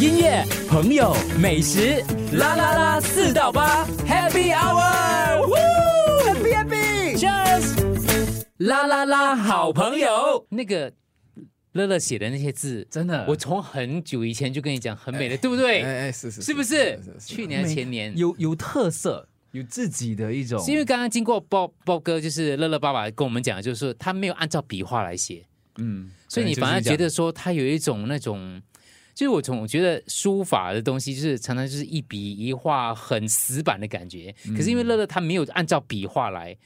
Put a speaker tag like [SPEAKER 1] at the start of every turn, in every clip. [SPEAKER 1] 音乐、朋友、美食，啦啦啦，四到八，Happy Hour，Happy Happy，Cheers，啦啦啦，啊好朋友，
[SPEAKER 2] 那个乐乐写的那些字，
[SPEAKER 3] 真的，
[SPEAKER 2] 我从很久以前就跟你讲很美的，对不对？
[SPEAKER 3] 哎哎是是
[SPEAKER 2] 是不是？去年还是前年，
[SPEAKER 3] 有有特色，有自己的一种，
[SPEAKER 2] 是因为刚刚经过豹豹哥，就是乐乐爸爸跟我们讲，就是他没有按照笔画来写，
[SPEAKER 3] 嗯，
[SPEAKER 2] 所以你
[SPEAKER 3] 可能
[SPEAKER 2] 反
[SPEAKER 3] 就
[SPEAKER 2] 而
[SPEAKER 3] 是这样
[SPEAKER 2] 觉得说他有一种那种，就是我总觉得书法的东西就是常常就是一笔一画很死板的感觉，
[SPEAKER 3] 嗯
[SPEAKER 2] 可是因为乐乐他没有按照笔画来。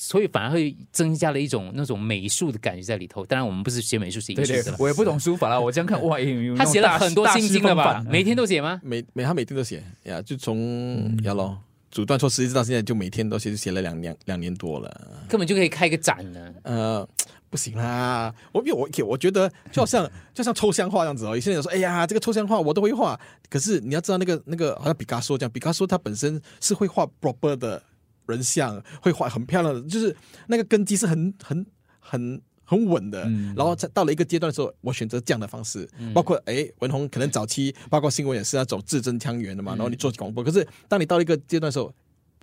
[SPEAKER 2] 所以反而会增加了一种那种美术的感觉在里头。当然，我们不是学美术，是艺
[SPEAKER 3] 对
[SPEAKER 2] 术的
[SPEAKER 3] 对
[SPEAKER 2] 啦，。
[SPEAKER 3] 我也不懂书法啦，我这样看哇，有有
[SPEAKER 2] 他写了很多
[SPEAKER 3] 大师
[SPEAKER 2] 心经了
[SPEAKER 3] 大
[SPEAKER 2] 吧
[SPEAKER 3] 师？风范
[SPEAKER 2] 每天都写吗？
[SPEAKER 4] 每每他每天都写呀，就
[SPEAKER 3] 嗯
[SPEAKER 4] 从呀咯，阻断措施一直到现在，就每天都写，写了两两两年多了。
[SPEAKER 2] 根本就可以开个展呢。
[SPEAKER 4] 呃，不行啦，我我我我觉得就好像就像抽象画这样子哦。有些人说，哎呀，这个抽象画我都会画，可是你要知道那个那个好像毕加索这样，毕加索他本身是会画 proper 的人像，会画很漂亮的，就是那个根基是很很很。很稳的，然后在到了一个阶段的时候，我选择这样的方式，包括哎文红可能早期，包括新闻也是那种字正腔圆的啊嘛，然后你做广播，可是当你到一个阶段的时候，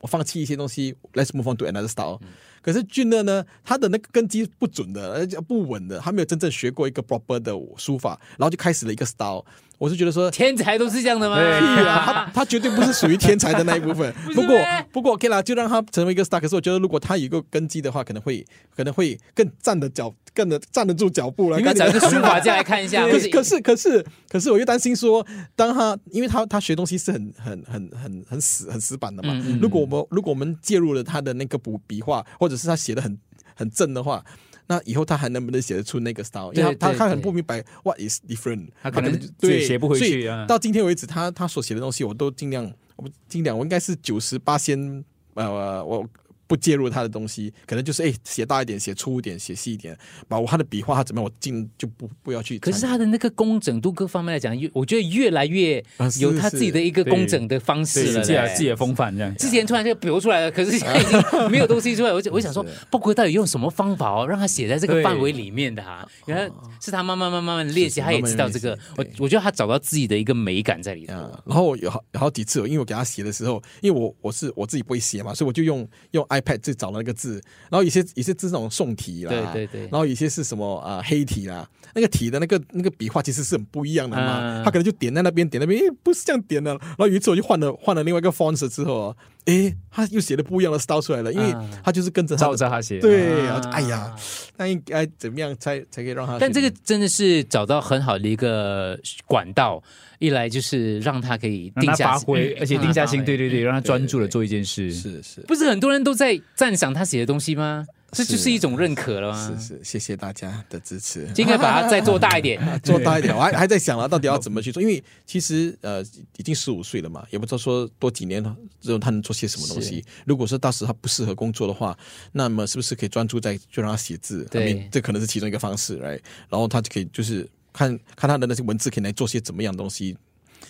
[SPEAKER 4] 我放弃一些东西，let's move on to another style。可是俊乐呢，他的那个根基不准的，而且不稳的，他没有真正学过一个 proper 的书法，然后就开始了一个 style。我是觉得说，
[SPEAKER 2] 天才都是这样的吗？
[SPEAKER 4] 屁啊，他他绝对不是属于天才的那一部分。
[SPEAKER 2] 不是
[SPEAKER 4] 不过
[SPEAKER 2] 咩
[SPEAKER 4] 不过 OK 啦，就让他成为一个 star。可是我觉得，如果他有一个根基的话，可能会可能会更站得脚，更能站得住脚步了。
[SPEAKER 2] 你们找一个书法家来看一下。
[SPEAKER 4] 可
[SPEAKER 2] 或者
[SPEAKER 4] 是可是可是可是，我又担心说，当他因为他他学东西是很很很很很死很死板的嘛。
[SPEAKER 2] 嗯嗯
[SPEAKER 4] 如果我们如果我们介入了他的那个笔笔画，或者是他写的很很正的话。那以后他还能不能写得出那个 style？因为他
[SPEAKER 2] 对对
[SPEAKER 4] 他他很
[SPEAKER 2] 对
[SPEAKER 4] 不明白 what is different，
[SPEAKER 3] 他可能
[SPEAKER 4] 就
[SPEAKER 3] 自己
[SPEAKER 4] 对
[SPEAKER 3] 写不回
[SPEAKER 4] 所以
[SPEAKER 3] 去啊
[SPEAKER 4] 到今天为止，他他所写的东西我都尽量，我尽量，我应该是九十八先，呃，我不介入他的东西，可能就是哎写大一点，写粗一点，写细一点，把我他的笔画他怎么样，我尽就不不要去参
[SPEAKER 2] 可
[SPEAKER 4] 与。
[SPEAKER 2] 是他的那个工整度各方面来讲，越我觉得越来越
[SPEAKER 4] 啊是
[SPEAKER 2] 有他自己的一个工整的方式
[SPEAKER 3] 对，
[SPEAKER 2] 了
[SPEAKER 3] 自己的
[SPEAKER 2] 嘞
[SPEAKER 3] 自己的风范这样。
[SPEAKER 2] 之前突然就流出来了，可是现在已经没有东西出来。我就我想说，鲍哥到底用什么方法哦，让他写在这个
[SPEAKER 3] 对
[SPEAKER 2] 范围里面的啊？原来是他慢慢慢慢慢慢练习，
[SPEAKER 4] 是
[SPEAKER 2] 他也知道这个
[SPEAKER 4] 慢慢。
[SPEAKER 2] 我
[SPEAKER 4] 练习
[SPEAKER 2] 我觉得他找到自己的一个美感在里头。
[SPEAKER 4] 啊，然后我有好有好几次哦，因为我给他写的时候，因为我我是我自己不会写嘛，所以我就用用 iPad 自己找了那个字，然后有些有些字是那种宋体啦，
[SPEAKER 2] 对对对
[SPEAKER 4] 然后有些是什么啊、呃黑体啦，那个体的那个那个笔画其实是很不一样的嘛，
[SPEAKER 2] 嗯
[SPEAKER 4] 他可能就点在那边点那边，诶，不是这样点的，然后有一次我就换了换了另外一个 font 之后哦，诶，他又写的不一样的 style 出来了，因为
[SPEAKER 2] 嗯
[SPEAKER 4] 他就是跟着他
[SPEAKER 3] 照
[SPEAKER 4] 的，
[SPEAKER 3] 着他写，
[SPEAKER 4] 对，
[SPEAKER 2] 啊
[SPEAKER 4] 然后就哎呀，那应该怎么样才才可以让他去？
[SPEAKER 2] 但这个真的是找到很好的一个管道，一来就是让他可以
[SPEAKER 3] 让
[SPEAKER 2] 定
[SPEAKER 3] 他
[SPEAKER 2] 下
[SPEAKER 3] 发
[SPEAKER 2] 心嗯
[SPEAKER 3] 挥，而且定下心，对，
[SPEAKER 2] 让他发挥
[SPEAKER 3] 对对，让他专注的
[SPEAKER 4] 对对
[SPEAKER 3] 做一件事。
[SPEAKER 4] 是是
[SPEAKER 2] 不是很多人都在赞赏他写的东西吗？这
[SPEAKER 4] 是
[SPEAKER 2] 就是一种认可了吗
[SPEAKER 4] 是？是，谢谢大家的支持。
[SPEAKER 2] 就应该把它再做大 一点。
[SPEAKER 4] 做大一点，我还还在想了，到底要怎么去做？因为其实呃，已经十五岁了嘛，也不知道说多几年之后他能做些什么东西。如果说到时他不适合工作的话，那么是不是可以专注在就让他写字？
[SPEAKER 2] 对
[SPEAKER 4] I mean，这可能是其中一个方式，来，然后他就可以就是看看他的那些文字，可以来做些怎么样的东西。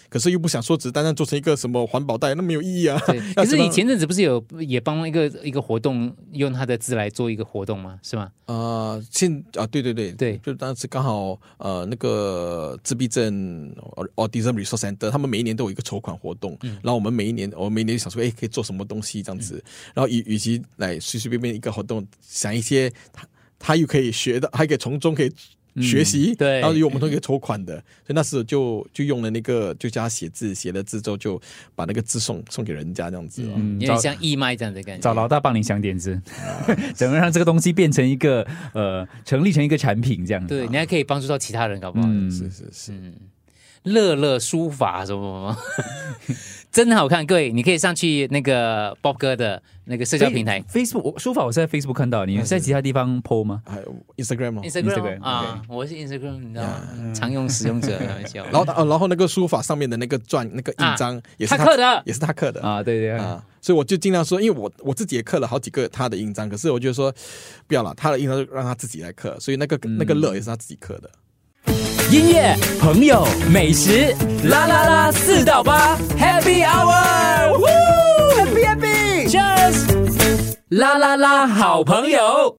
[SPEAKER 4] 可是又不想说只单单做成一个什么环保袋，那没有意义啊。
[SPEAKER 2] 对，可
[SPEAKER 3] 哎
[SPEAKER 4] 要
[SPEAKER 2] 是
[SPEAKER 4] 怎么
[SPEAKER 2] 你前阵子不是有也帮一个一个活动，用他的字来做一个活动吗？是吗？
[SPEAKER 4] 啊，现啊，对对对
[SPEAKER 2] 对
[SPEAKER 4] 就当时刚好呃，那个自闭症呃 autism resource center，他们每一年都有一个筹款活动，
[SPEAKER 2] 嗯
[SPEAKER 4] 然后我们每一年，我每一年想说，哎，可以做什么东西这样子，
[SPEAKER 2] 嗯
[SPEAKER 4] 然后与与其来随随便便一个活动，想一些他他又可以学的，还可以从中可以。学习、
[SPEAKER 2] 嗯对
[SPEAKER 4] 然后有我们都可以筹款的，所以那时候就就用了那个，就叫他写字，写了字之后就把那个字送送给人家这样子、哦。
[SPEAKER 2] 有点像义卖这样的感觉。
[SPEAKER 3] 找老大帮你想点子， 怎么让这个东西变成一个呃，成立成一个产品这样？
[SPEAKER 2] 对，你还可以帮助到其他人，搞不好。
[SPEAKER 3] 嗯，
[SPEAKER 4] 是是是，
[SPEAKER 2] 乐乐书法什么什么， 真的好看。各位，你可以上去那个 Bob 哥的那个社交平台嗯
[SPEAKER 3] Facebook 我书法我是在 Facebook 看到，你在其他地方 PO 吗？
[SPEAKER 4] 还有 Instagram 哦。
[SPEAKER 2] Instagram
[SPEAKER 3] Instagram，
[SPEAKER 2] 啊，我是 Instagram，你知道吗？常用使用者，开玩笑。
[SPEAKER 4] 然后他呃，然后那个书法上面的那个篆那个印章也是
[SPEAKER 2] 啊他刻的
[SPEAKER 4] 也是他刻的啊
[SPEAKER 3] 啊，对对啊，
[SPEAKER 4] 所以我就尽量说，因为我我自己也刻了好几个他的印章，可是我就说不要了，他的印章就让他自己来刻，所以那个、那个乐也是他自己刻的。
[SPEAKER 1] 音乐、朋友、美食，啦啦啦，四到八，Happy Hour，Happy Happy，Cheers，啦啦啦，好朋友。